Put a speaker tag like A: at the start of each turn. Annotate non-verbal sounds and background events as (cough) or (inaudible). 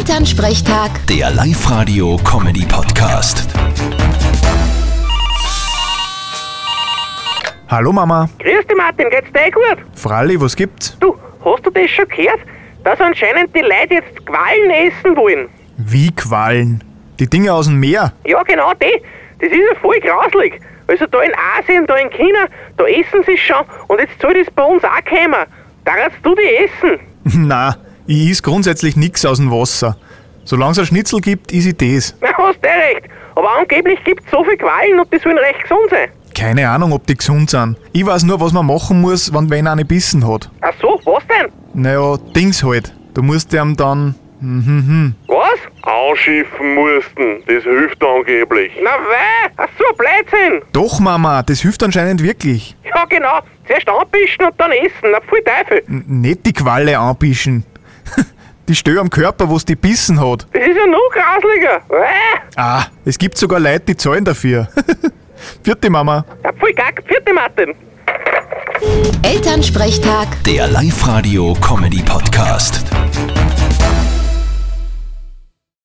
A: Elternsprechtag,
B: Der Live-Radio-Comedy-Podcast.
C: Hallo Mama.
D: Grüß dich Martin, geht's dir eh gut?
C: Fralli, was gibt's?
D: Du, hast du das schon gehört? Dass anscheinend die Leute jetzt Quallen essen wollen.
C: Wie Quallen? Die Dinge aus dem Meer. (laughs)
D: Ja, genau die. Das ist ja voll grauslig. Also da in Asien, da in China, da essen sie schon und jetzt soll das bei uns auch kommen. Da kannst du die essen. (laughs)
C: Na, ich is grundsätzlich nix aus dem Wasser. Solange es ein Schnitzel gibt, is ich das.
D: Na, hast du eh recht. Aber angeblich gibt's so viel Quallen und die sollen recht gesund sein.
C: Keine Ahnung, ob die gesund sind. Ich weiß nur, was man machen muss, wenn wen eine bissen hat.
D: Ach so, was denn?
C: Naja, Dings halt. Du musst dem dann.
D: Was?
E: ausschiffen mussten. Das hilft angeblich.
D: Na weh, ach so, Blödsinn.
C: Doch, Mama, das hilft anscheinend wirklich.
D: Ja, genau. Zuerst anpischen und dann essen. Na, voll Teufel.
C: N nicht die Qualle anpischen. (laughs) Die stö am Körper, wo's die bissen hat.
D: Das ist ja noch Äh, grauslicher. Weh.
C: Ah, es gibt sogar Leute, die zahlen dafür. (laughs) Vierte Mama.
D: Ja, voll gack. Vierte Martin.
A: Elternsprechtag.
B: Der Live-Radio-Comedy-Podcast.